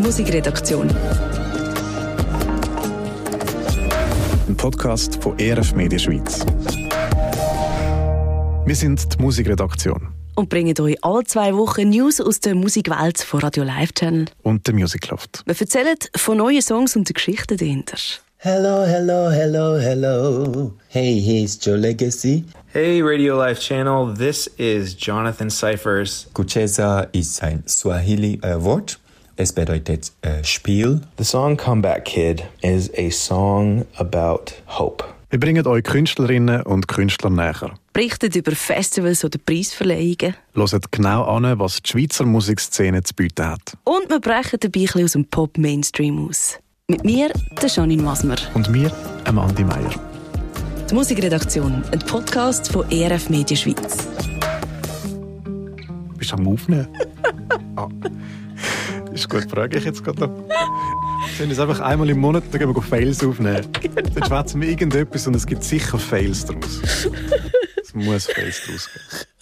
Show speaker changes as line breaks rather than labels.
Musikredaktion.
Ein Podcast von ERF Media Schweiz. Wir sind die Musikredaktion
Und bringen euch alle zwei Wochen News aus der Musikwelt von Radio Live Channel.
und der Musikloft.
Wir erzählen von neuen Songs und den Geschichten dahinter.
Hello, hello, hello, hello. Hey, here's Joe Legacy.
Hey, Radio Life Channel. This is Jonathan Cyphers.
Kucheza ist ein Swahili-Wort. es bedeutet äh, Spiel.
The song Comeback Kid is a song about hope.
Wir bringen euch Künstlerinnen und Künstler näher.
Berichtet über Festivals oder Preisverleihungen.
Hört genau an, was die Schweizer Musikszene zu bieten hat.
Und wir brechen dabei ein bisschen aus dem Pop-Mainstream aus. Mit mir, der Janine Wasmer.
Und wir, Amandi Meier.
Die Musikredaktion, ein Podcast von ERF Media Schweiz.
Bist du am Aufnehmen? ah. Ist gut, frage ich jetzt gerade noch. Wir können es einfach einmal im Monat, dann gehen wir Fails aufnehmen. Dann schwätzen wir irgendetwas und es gibt sicher Fails daraus. Es muss Fails daraus geben.